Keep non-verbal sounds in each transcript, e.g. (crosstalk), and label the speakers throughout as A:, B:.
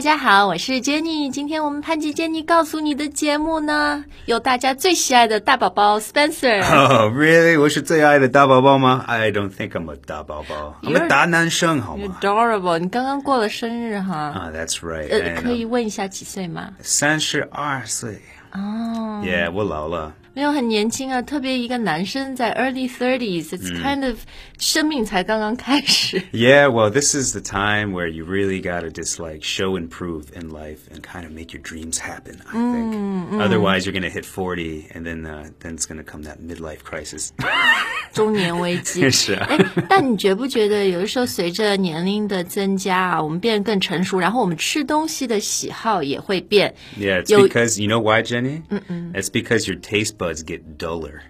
A: 家好，我是 Jenny。今天我们潘吉 Jenny 告诉你的节目呢，有大家最喜爱的大宝宝 Spencer。
B: (laughs) Oh, really? 我是最爱的大宝宝吗？I don't think I'm a 大宝宝，I'm
A: You're-
B: a 大男生，好
A: You're
B: 吗？
A: Adorable，你刚刚过了生日哈？
B: 啊、t h a t s Ah, right.
A: 呃，可以问一下几岁吗？
B: 三十二岁。
A: 哦，
B: Yeah，我老了。
A: 没有很年轻啊，特别一个男生在 early thirties，it's
B: 嗯
A: kind of 生命才刚刚开
B: (laughs)
A: 始。
B: Yeah, well, this is the time where you really gotta just like show and prove in life and kind of make your dreams happen.
A: Mm,
B: I think. Otherwise, you're gonna hit forty, and then uh, then it's gonna come that midlife crisis. (laughs)
A: 中年危机。
B: 是啊
A: 哎，但你觉不觉得有的时候随着年龄的增加啊，我们变得更成熟，然后我们吃东西的喜好也会变。
B: yeah, it's
A: 有
B: because you know why, Jenny? Mm-mm. It's because your taste buds get duller.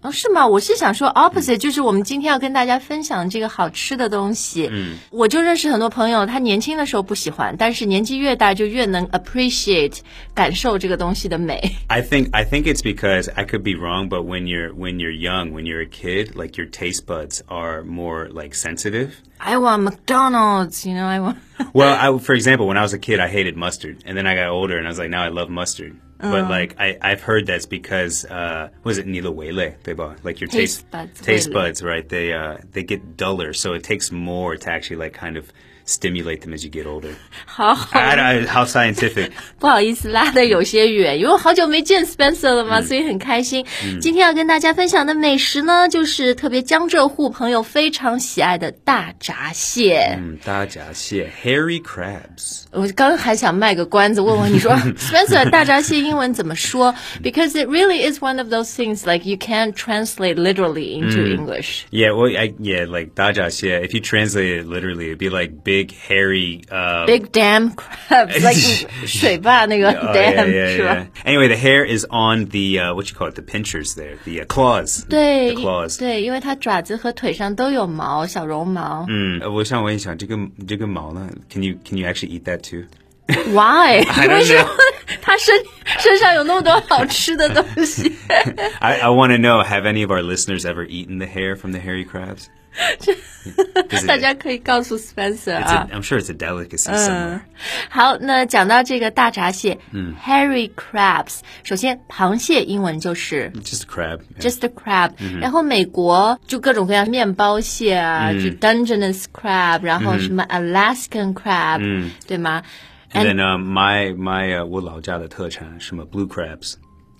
A: 哦，是吗？我是想说，opposite 就是我们今天要跟大家分享这个好吃的东西。嗯，我就认识很多朋友，他年轻的时候不喜欢，但是年纪越大就越能 appreciate 感受这个东西的美。
B: I think I think it's because I could be wrong, but when you're when you're young, when you're a kid, like your taste buds are more like sensitive.
A: (laughs) I want McDonald's，you know，I want。
B: Well, I, for example, when I was a kid, I hated mustard, and then I got older, and I was like, now I love mustard. But like I, I've heard that's because uh, was it Nilo Wele they bought like your taste
A: Taste buds,
B: taste
A: wele.
B: buds right they uh, they get duller so it takes more to actually like kind of stimulate them as you get older.
A: (laughs) 好好
B: I, I, how scientific? (laughs)
A: 不好意思，拉的有些远，因为我好久没见 Spencer 了嘛，所以很开心。今天要跟大家分享的美食呢，就是特别江浙沪朋友非常喜爱的大闸蟹。
B: Mm, 大闸蟹, hairy crabs.
A: 我刚还想卖个关子，问问
B: (laughs)
A: 你说 Spencer 大闸蟹英文怎么说？Because it really is one of those things like you can't translate literally into
B: Mm.
A: English。
B: Yeah, well, I, yeah, like dajas. Yeah, if you translate it literally, it'd be like big, hairy. Uh,
A: Big damn
B: (laughs)
A: crabs，like 水坝那个
B: oh, yeah,
A: dam
B: yeah,
A: 是吧
B: yeah.？Anyway, the hair is on the uh, what you call it, the pinchers there, the uh, claws.
A: 对
B: the claws.
A: 对，因为它爪子和腿上都有毛，小绒毛。
B: Mm. 我想问一下，这个这个毛呢？Can you can you actually eat that too?
A: Why？
B: don't
A: 为什么
B: know.
A: 他身身上有那么多好吃的东
B: (laughs)
A: 西？
B: I, I want to know. Have any of our listeners ever eaten the hair from the hairy crabs? Is
A: 大
B: it-
A: 家可以告诉 Spencer
B: it's a-
A: 啊。
B: I'm sure it's a delicacy somewhere.
A: 好，那讲到这个大闸蟹，嗯，hairy crabs，首先螃蟹英文就是。
B: It's just a crab.
A: uh,
B: yeah.
A: Just a crab，、然
B: 嗯
A: 后美国就各种各样面包蟹啊，
B: 嗯
A: 就 Dungeness crab，然后什么 Alaskan crab，、对
B: 嗯
A: 吗
B: and then um, my my uh, 我老家的特产什么 blue crabs.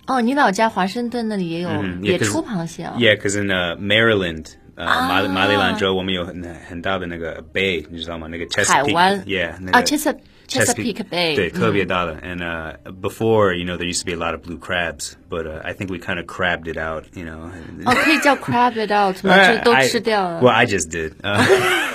A: 哦，你老家华盛顿那里也有、
B: 嗯也
A: 也
B: 可是
A: 出螃蟹哦。
B: Yeah, because in uh, Maryland, uh, 马
A: Ah.
B: 马里兰州，我们有很很大的那个 bay，你知道吗？那个 Chesapeake，
A: 湾
B: yeah，那个
A: 啊，Chesapeake Oh, Chesapeake Bay，嗯 Mm.
B: 对，特别大的。And uh, before, you know, there used to be a lot of blue crabs, but uh, I think we kind of crabbed it out, you know. (laughs)
A: 哦，可以叫 crab it out 吗？就是都
B: I-
A: 吃掉了。
B: Well, I just did. Uh, (laughs)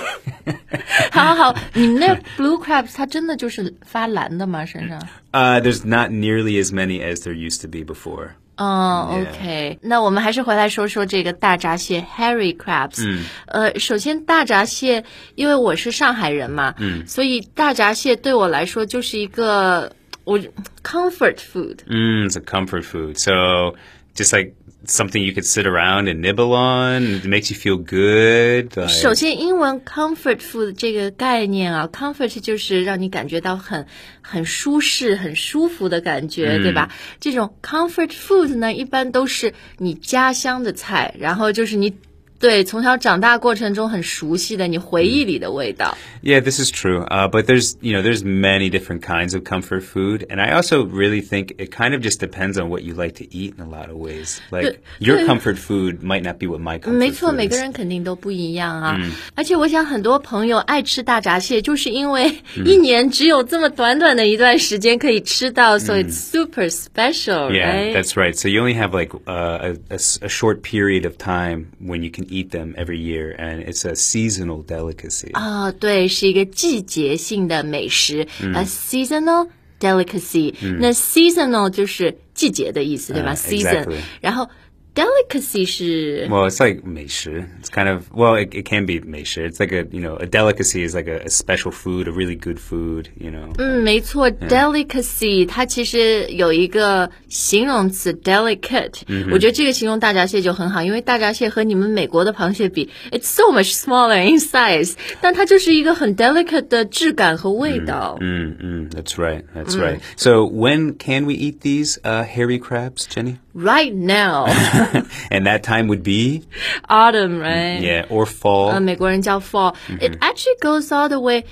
A: 好好好，你们那 blue crabs 它真的就是发蓝的吗？身上？
B: uh, there's not nearly as many as there used to be before.
A: 哦
B: Yeah
A: ，OK，那我们还是回来说说这个大闸蟹 hairy crabs。嗯，呃，首先大闸蟹，因为我是上海人嘛，嗯，所以大闸蟹对我来说就是一个我 comfort food。
B: Mm, it's a comfort food. So just like something you could sit around and nibble on, it makes you feel good. Like,
A: 首先，英文 comfort food 这个概念啊，comfort 就是让你感觉到很很舒适、很舒服的感
B: 嗯
A: 觉，对吧？这种 comfort food 呢，一般都是你家乡的菜，然后就是你对从小长大过程中很熟悉的、你回忆里的味道。
B: Yeah, this is true. Uh, but there's, you know, there's many different kinds of comfort food, and I also really think it kind of just depends on what you like to eat in a lot of ways. Like your comfort food might not be what my comfort
A: 没错，
B: food
A: 每个
B: is.
A: 人肯定都不一样啊。
B: 嗯
A: 而且我想，很多朋友爱吃大闸蟹，就是因为
B: 嗯
A: 一年只有这么短短的一段时间可以吃到，所以 super special，
B: 嗯 Yeah,
A: right？
B: that's right. So you only have like uh, a- a, s- a short period of time when you can eat them every year, and it's a seasonal delicacy.
A: 啊、对，是一个季节性的美食，呃、s e a s o n a l delicacy、那 seasonal 就是季节的意思，对吧、
B: 嗯
A: s e a s o n
B: exactly
A: 然后 delicacy 是
B: Well, it's like 美食. It's kind of well, it, it can be 美食. It's like a you know a delicacy is like a, a special food, a really good food. You know.
A: 嗯，没错，delicacy，它其实有一个形容词 delicate，、我觉得这个形容大闸蟹就很好，因为大闸蟹和你们美国的螃蟹比，it's so much smaller in size，但它就是一个很 delicate 的质感和味道。
B: Mm, mm, that's right. That's right. So when can we eat these uh, hairy crabs, Jenny? (laughs)
A: Right now, (laughs)
B: And that time would be
A: autumn, right?
B: yeah, or fall.
A: 呃，美国人叫 fall，it、actually goes all the way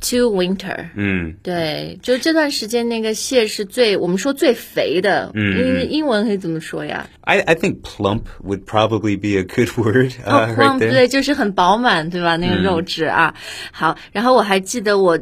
A: to winter。嗯，对，就这段时间那个蟹是最我们说最肥的，嗯，英英文可以怎么说呀？
B: I, I think plump would probably be a good (laughs) word uh,
A: 哦 (laughs)
B: right
A: Oh, plump，
B: there.
A: 对，就是很饱满，对吧？那个
B: 嗯
A: 肉质啊，好。然后我还记得我。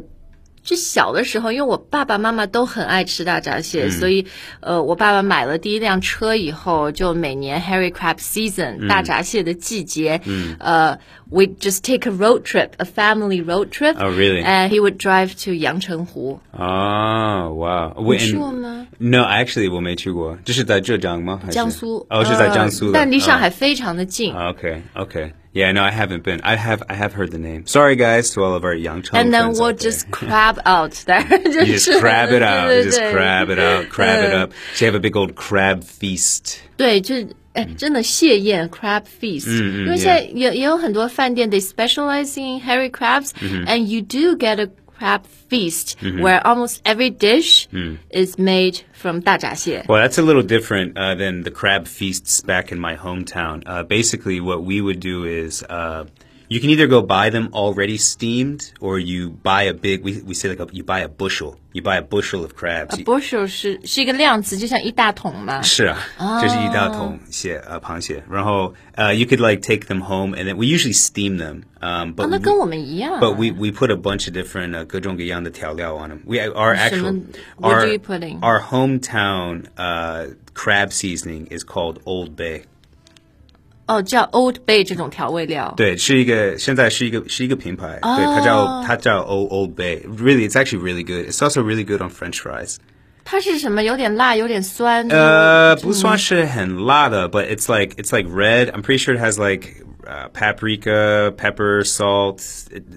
A: 就小的时候，因为我爸爸妈妈都很爱吃大闸蟹，
B: 嗯
A: 所以，呃，我爸爸买了第一辆车以后，就每年 Harry Crab Season、大
B: 嗯
A: 闸蟹的季节，呃、w e just take a road trip, a family road trip.
B: Oh, really?
A: And he would drive to 阳澄湖。
B: Oh wow! Wait, and-
A: 去过吗？
B: No, actually 我没去过。这是在浙江吗？还是-
A: 江苏
B: Oh, 哦，是在江苏
A: 呃
B: 的。
A: 但离上
B: 哦。
A: 海非常的近。
B: Oh, Okay, okay. Yeah, no, I haven't been. I have, I have heard the name. Sorry, guys, to all of our young
A: And
B: children.
A: then we'll just crab out there. (laughs)
B: you just crab it out. You just
A: 对对对
B: crab it out. Crab
A: Uh.
B: it up. So you have a big old crab feast.
A: 对，就是哎，
B: 嗯
A: 真的蟹宴 crab feast，、因为现在也也有很多饭店 they specialize in hairy crabs，and、you
B: 嗯
A: do get a crab feast、where almost every dish、is
B: 嗯
A: made from 大闸蟹。
B: Well, that's a little different uh, than the crab feasts back in my hometown. Uh, basically, what we would do is uh, you can either go buy them already steamed, or you buy a big. We, we say like a, you buy a bushel. You buy a bushel of crabs. You-
A: bushel 是是一个量词，就像一大桶嘛。
B: uh, 是啊，这是一大桶蟹呃螃蟹，然后呃、uh, you could like take them home and then we usually steam them. Um,
A: 啊
B: but
A: 那
B: we-
A: 跟我们一样啊。
B: but we we put a bunch of different uh, 各种各样的调料 on them. We uh, our actual
A: 什么- what
B: our
A: do you put in?
B: our hometown uh, crab seasoning is called Old Bay.
A: 哦，叫 Old Bay 这种调味料。
B: 对，是一个现在是一个是一个品牌，对，它叫它叫 Old Old Bay. Really, it's actually really good. It's also really good on French fries.
A: 它是什么？有点辣，有点酸。
B: Uh, 不算是很辣的, but it's like it's like red. I'm pretty sure it has like uh, paprika, pepper, salt.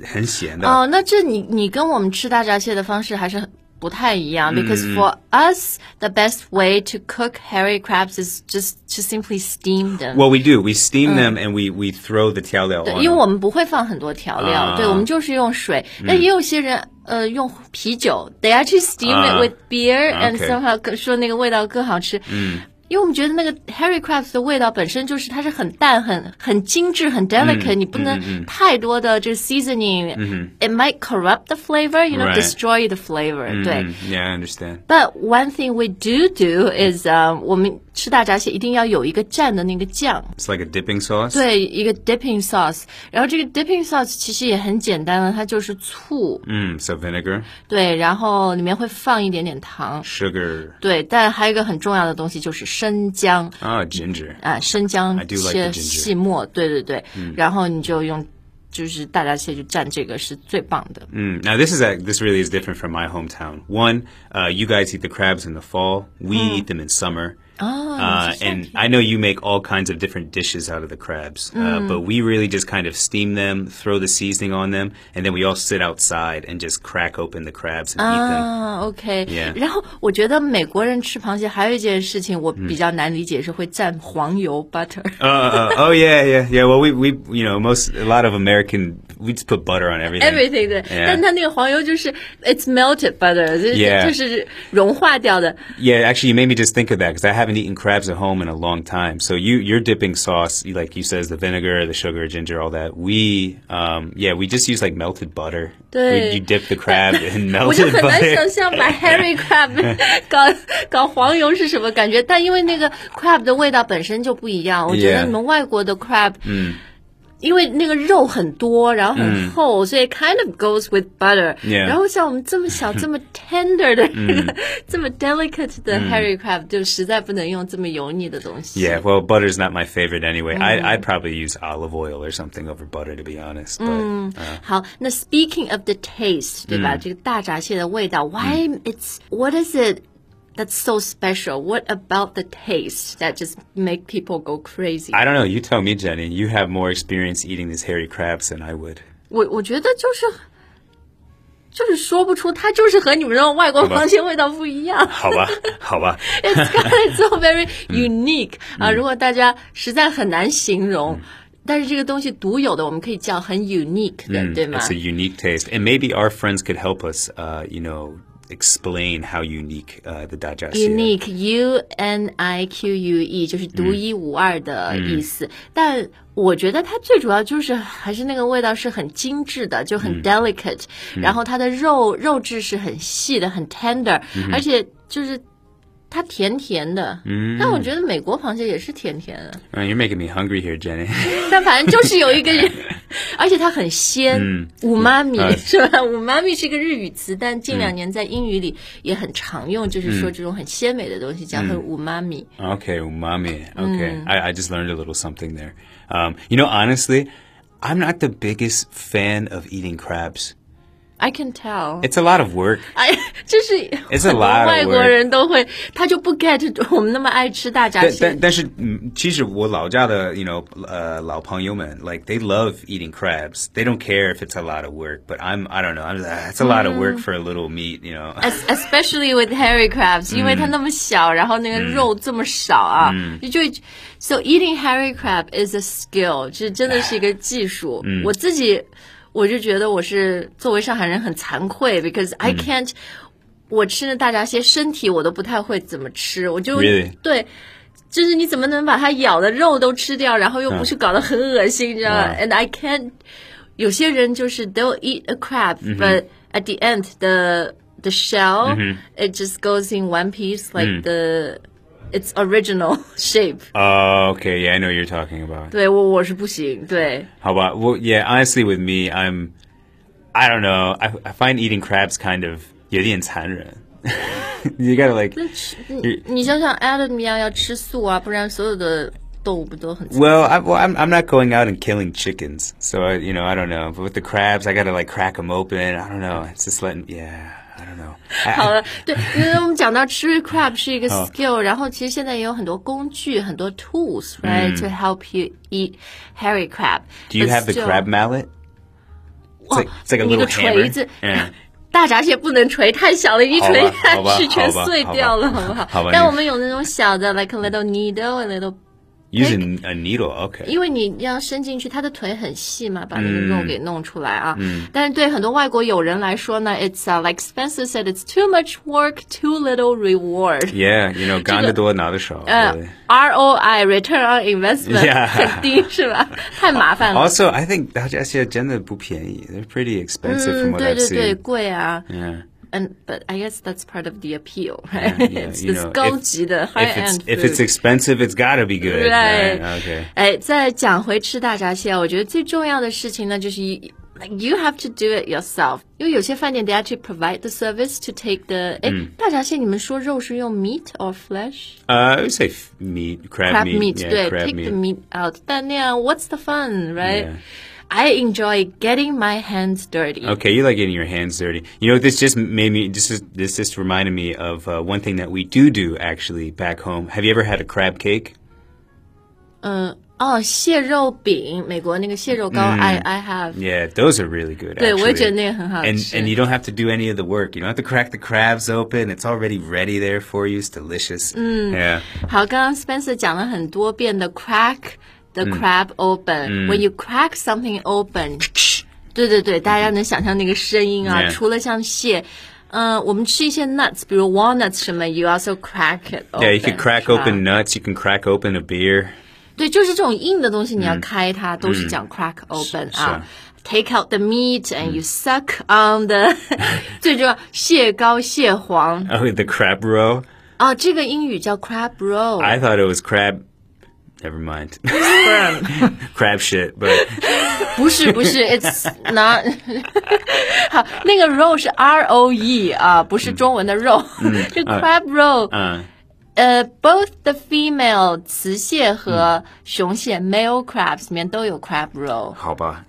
B: 很咸的。
A: 哦，那这你你跟我们吃大闸蟹的方式还是很不太一样、b e c a u s e for us the best way to cook hairy crabs is just to simply steam them.
B: Well, we do. We steam them and we we throw the 调料 on.
A: 因为我们不会放很多调料
B: 哦啊嗯
A: 对，我们就是用水。那、也有些人呃用啤酒，they actually steam it
B: 啊
A: with beer、and
B: OK
A: somehow 更说那个味道更好吃。嗯。因为我们觉得那个 Harry Crabs 的味道本身就是它是很淡、很很精致、
B: 嗯
A: 很 delicate，、你不能太多的这个 seasoning，、it might corrupt the flavor，you know
B: 嗯 Right
A: destroy the flavor、对。
B: Mm, yeah, I understand.
A: But one thing we do do is，呃、我们吃大闸蟹一定要有一个蘸的那个酱，
B: It's like a dipping sauce.
A: 对，一个 dipping sauce，然后这个 dipping sauce 其实也很简单了，它就是醋，
B: Mm, so vinegar,
A: 对，然后里面会放一点点糖，
B: sugar,
A: 对，但还有一个很重要的东西就是生姜
B: ah, ginger.
A: 啊，生姜
B: I do like the
A: 切
B: ginger. 嗯
A: 细末，对对对，然后你就用，就是大闸蟹就蘸这个是最棒的。
B: Mm, now this is a, this really is different from my hometown. One, uh, you guys eat the crabs in the fall. We eat them in summer.
A: Oh,
B: uh,
A: interesting.
B: and I know you make all kinds of different dishes out of the crabs, uh, but we really just kind of steam them, throw the seasoning on them, and then we all sit outside and just crack open the crabs and eat them.
A: 啊，OK，
B: Yeah
A: 然后我觉得美国人吃螃蟹还有一件事情
B: 嗯
A: 我比较难理解，是会蘸黄油 butter。
B: Uh, uh, oh yeah, yeah, yeah. Well, we we you know most a lot of American we just put butter on everything.
A: everything 对
B: Yeah
A: 但它那个黄油就是 it's melted butter，就是
B: Yeah
A: 就是融化掉的。
B: Yeah, actually, you made me just think of that because I haven't eaten crabs at home in a long time. So you your dipping sauce, you- like you says, the vinegar, the sugar, ginger, all that. We um yeah, we just use like melted butter.
A: Yeah.
B: We, you dip the crab in
A: 我就
B: melted
A: 很难
B: butter.
A: 想象把 Harry Crab (laughs) 搞搞黄油是什么感觉，但因为那个 crab 的味道本身就不一样，我觉
B: Yeah
A: 得你们外国的 crab，嗯，因为那个肉很多，然后很厚，所以 kind of goes with butter。
B: 嗯 Yeah 嗯
A: 然后像我们这么小、这么 tender 的这个、这么 delicate 的 Harry Crab，就实在不能用这么油腻的东西。
B: Yeah, well, butter's not my favorite anyway. I, I'd probably use olive oil or something over butter, to be honest. But,
A: 好，那 speaking of the taste，对吧？这个大闸蟹的味道，why it's what is it That's so special. What about the taste that just make people go crazy?
B: I don't know. You tell me, Jenny. You have more experience eating these hairy crabs than I would.
A: 我我觉得就是，就是说不出，它就是和你们那种外国螃蟹味道不一样。
B: 好吧，好吧。
A: It's got its own very unique 啊！如果大家实在很难形容，但是这个东西独有的，我们可以叫很 unique 的，对吗
B: It's a unique taste, and maybe our friends could help us. Uh, you know, explain how unique uh, the dajas is.
A: ？unique u n i q u e 就是独一无二的意思。但我觉得它最主要就是还是那个味道是很精致的，就很 delicate，、然后它的肉肉质是很细的，很 tender，、而且就是。它甜甜的，嗯，但我觉得美国螃蟹也是甜甜的，
B: Uh, you're making me hungry here, Jenny.
A: 但反正就是有一个
B: (laughs)
A: 人，而且它很鲜，五妈咪
B: 嗯
A: 是吧？五妈咪是一个日语词，但近两年在英语里也很常用，
B: 嗯
A: 就是说这种很鲜美的东西叫做五妈咪。
B: Okay, umami. Okay, I, I just learned a little something there. Um, you know, honestly, I'm not the biggest fan of eating crabs.
A: I can tell，
B: It's a lot of work.
A: 哎， (laughs) 就是很
B: a
A: 多
B: lot of
A: 外国人都会，他就不 get 我们那么爱吃大闸
B: 但
A: 蟹
B: 但。但是，嗯，其实我老家的，you know，呃，uh, 老朋友们，like they love eating crabs. They don't care if it's a lot of work. But I'm, I don't know. I'm, ah, it's a lot of work for a little meat, you know. (laughs)
A: Es- Especially with hairy crabs，、因为它那么小，然后那个肉这么少啊，就，so eating hairy crab is a skill，这真的是一个技术。我自己我就觉得我是作为上海人很惭愧，because I can't，、我吃那大闸蟹身体我都不太会怎么吃，我就
B: Really？
A: 对。就是你怎么能把它咬的肉都吃掉，然后又不去搞得很恶心，你知道吗？And I can't 有些人就是 they'll eat a crab, but at the end the the shell it just goes in one piece like the its original (laughs) shape.
B: Oh, okay. Yeah, I know what you're talking about.
A: 对我我是不行，对
B: How about? Well, yeah. Honestly, with me, I'm, I don't know. I, I find eating crabs kind of 有点残忍. (laughs) you gotta like.
A: 你你想想 Adam 一样要吃素啊，不然所有的动物不都很
B: Well, I, well I'm, I'm not going out and killing chickens, so I, you know I don't know. But with the crabs, I gotta like crack them open. I don't know. It's just letting, yeah, I don't know. I-
A: 好了，对，因为我们讲到吃 crab 是一个 skill，然后其实现在也有很多工具，很多 tools，right、to help you eat hairy crab。
B: Do you have the crab mallet? It's like, it's like a
A: 你
B: little
A: 个
B: hammer.
A: 锤子，
B: Yeah.
A: 大闸蟹不能锤，太小了，一
B: 好吧
A: 锤下
B: 好吧
A: 去全
B: 好吧
A: 碎
B: 好吧
A: 掉了，好不好？
B: 好吧
A: 但
B: 你
A: 我们有那种小的，like a little needle，a little，
B: Using a needle. Okay.
A: 因为你要伸进去，它的腿很细嘛，把那个肉给弄出来啊。但是对很多外国友人来说呢，it's、uh, like Spencer said，it's too much work，too little reward。
B: Yeah, you know, Gondador Nadashaw.
A: 呃
B: really.
A: ，ROI return on investment
B: Yeah
A: 很
B: (laughs)
A: 低是吧？太麻烦了。
B: Also, I think Dajasiajendabupiani, they're pretty expensive
A: 嗯，
B: from what
A: 对对
B: I've
A: 对，
B: seen.
A: 贵啊。
B: Yeah.
A: And but I guess that's part of the appeal, right?
B: Yeah, yeah,
A: It's
B: you
A: this
B: know,
A: 高
B: if-
A: 级的 high
B: If it's
A: end
B: if it's
A: food.
B: expensive, it's gotta be good.
A: Right.
B: Okay.
A: 哎，再讲回吃大闸蟹啊，我觉得最重要的事情呢，就是 you, like you have to do it yourself，因为有些饭店 they actually provide the service to take the。哎，大闸蟹你们说肉是用 meat or flesh？
B: Uh, I would say f- meat, crab,
A: crab
B: meat.
A: meat,
B: Yeah,
A: 对
B: crab
A: take
B: meat.
A: the meat out. 但那样 what's the fun, right?
B: Yeah.
A: I enjoy getting my hands dirty.
B: Okay, you like getting your hands dirty. You know, this just made me. This is this just reminded me of uh, one thing that we do do actually back home. Have you ever had a crab cake?
A: 哦，Oh, 蟹肉饼，美国那个蟹肉糕、i I have，
B: Mm. Yeah, those are really good.
A: 对，我也觉得
B: actually.
A: 那个很好
B: And
A: 吃。
B: and you don't have to do any of the work. You don't have to crack the crabs open. It's already ready there for you. It's delicious.
A: Mm.
B: Yeah.
A: 好，刚刚 Spencer 讲了很多遍的 crack the
B: Mm.
A: crab open、When you crack something open，对对对，大家能想象那个声音啊。
B: Yeah
A: 除了像蟹，嗯、我们吃一些 nuts，比如 walnuts 什么，you also crack it open。
B: Yeah, you can crack
A: 是吧
B: open nuts. You can crack open a beer.
A: 对，就是这种硬的东西，你要开它，都是讲 crack open
B: 嗯是嗯
A: 啊。Take out the meat and you suck on the，最 (laughs) 重要蟹膏、蟹黄
B: Oh, the crab row.
A: 哦，这个英语叫 crab roll，
B: I thought it was crab. Never mind. (laughs) crab shit. But
A: 不是不是，it's not 。 (laughs) 好，那个 roll 是 R O E 啊，不
B: 嗯
A: 是中文的肉， (laughs) 是
B: 啊
A: crab roll。
B: uh,
A: 呃，both the female
B: 嗯
A: 雌蟹和雄蟹 male crabs 里面都有 crab roll。
B: 好吧。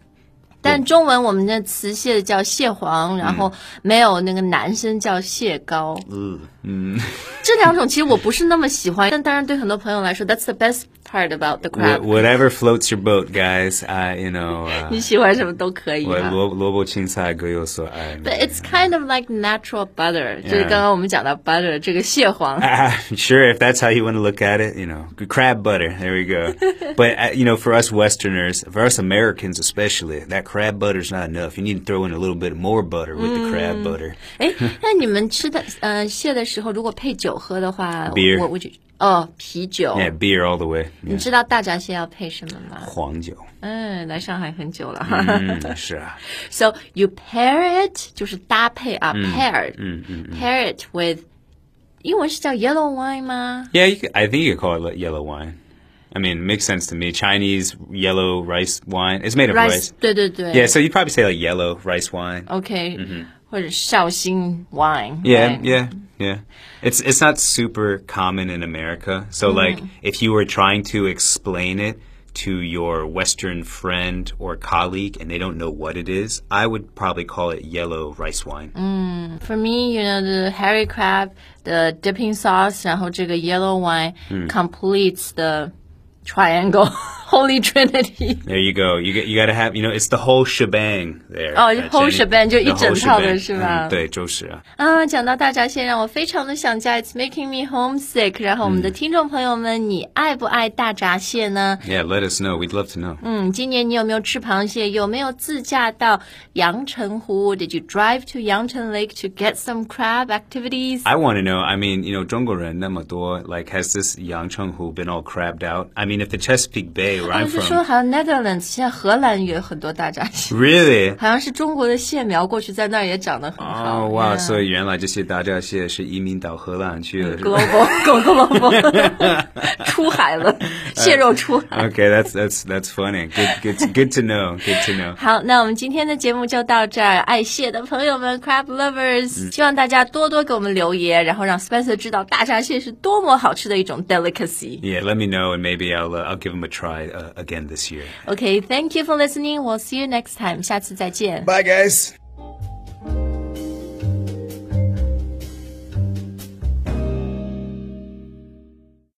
A: 但中文我们的词蟹叫蟹
B: 嗯
A: 黄，然后没有那个男生叫蟹膏。
B: Ugh. Mm.
A: 这两种其实我不是那么喜欢，但当然对很多朋友来说，that's the best part about the
B: Wh-
A: crab。
B: whatever floats your boat, guys. I, you know,
A: (laughs)
B: uh,
A: 你喜欢什么都可以、啊。But
B: 我萝萝卜青菜各有所爱。
A: it's kind of like natural butter，、就是
B: Yeah.
A: 刚刚我们讲到 butter 这个蟹黄。
B: (laughs) Ah, sure, if that's how you want to look at it, you know, good crab butter. There
A: (laughs)
B: we go. but uh, you know, for us Westerners, for us Americans especially, that crab butter's not enough. You need to throw in a little bit more butter with the
A: Mm.
B: crab butter.
A: 哎，那你们吃的呃蟹的时候，如果配酒喝的话，
B: Beer
A: 我我就哦啤酒。
B: Yeah, beer all the way.
A: 你知道大闸蟹要配什么吗？
B: 黄酒。
A: 嗯，来上海很久了哈。
B: 嗯，是啊。
A: So you pair it 就是搭配啊、p a i r e d 嗯嗯 p a i r it with 英文是叫 yellow wine 吗？
B: Yeah, you could, I think you could call it like yellow wine. I mean, it makes sense to me. Chinese yellow rice wine. It's made of rice.
A: 对对对。
B: Yeah, so you'd probably say like yellow rice wine.
A: OK，、或者绍兴 wine。
B: Yeah, yeah, yeah. It's it's not super common in America. So like if you were trying to explain it to your western friend or colleague and they don't know what it is, I would probably call it yellow rice wine.
A: For me, you know, the hairy crab, the dipping sauce, 然后这个 yellow wine completes the triangle, (laughs) holy trinity.
B: There you go. You get, you got to have, you know, it's the whole shebang there.
A: 哦，
B: uh,
A: whole
B: Jenny.
A: shebang，就
B: The
A: 一整
B: whole
A: 套的
B: shebang. Mm,
A: 是吧？
B: 嗯，对，就是啊。
A: 啊，讲到大闸蟹，让我非常的想家，It's making me homesick。然后我们的听众朋友们，你爱不爱大闸蟹呢？
B: Yeah, let us know. We'd love to know.
A: 嗯，今年你有没有吃螃蟹？有没有自驾到阳澄湖？Did you drive to Yangcheng Lake to get some crab activities？
B: I want to know. I mean, you know, 中国人那么多, like, has this Yangchenghu been all crabbed out? I mean, if the Chesapeake Bay, where
A: 就
B: I'm
A: 是说，
B: from,
A: 好像 Netherlands 现在荷兰也有很多大闸蟹。
B: really?
A: 好像是中国的蟹苗过去在那儿也长得很好。
B: Oh wow! So 原来这些大闸蟹是移民到荷兰去了，是吧
A: global 狗 global (laughs) 出海了，蟹肉出海。
B: (laughs) Okay, that's that's that's funny. Good good good to know. Good to know.
A: 好，那我们今天的节目就到这儿。爱蟹的朋友们，crab lovers，、希望大家多多给我们留言，然后让 Spencer 知道大闸蟹是多么好吃的一种 delicacy。
B: Yeah, let me know, and maybe I'll uh, I'll give them a try uh, again this year.
A: OK，thank、you for listening. We'll see you next time. 下次再见。
B: Bye, guys.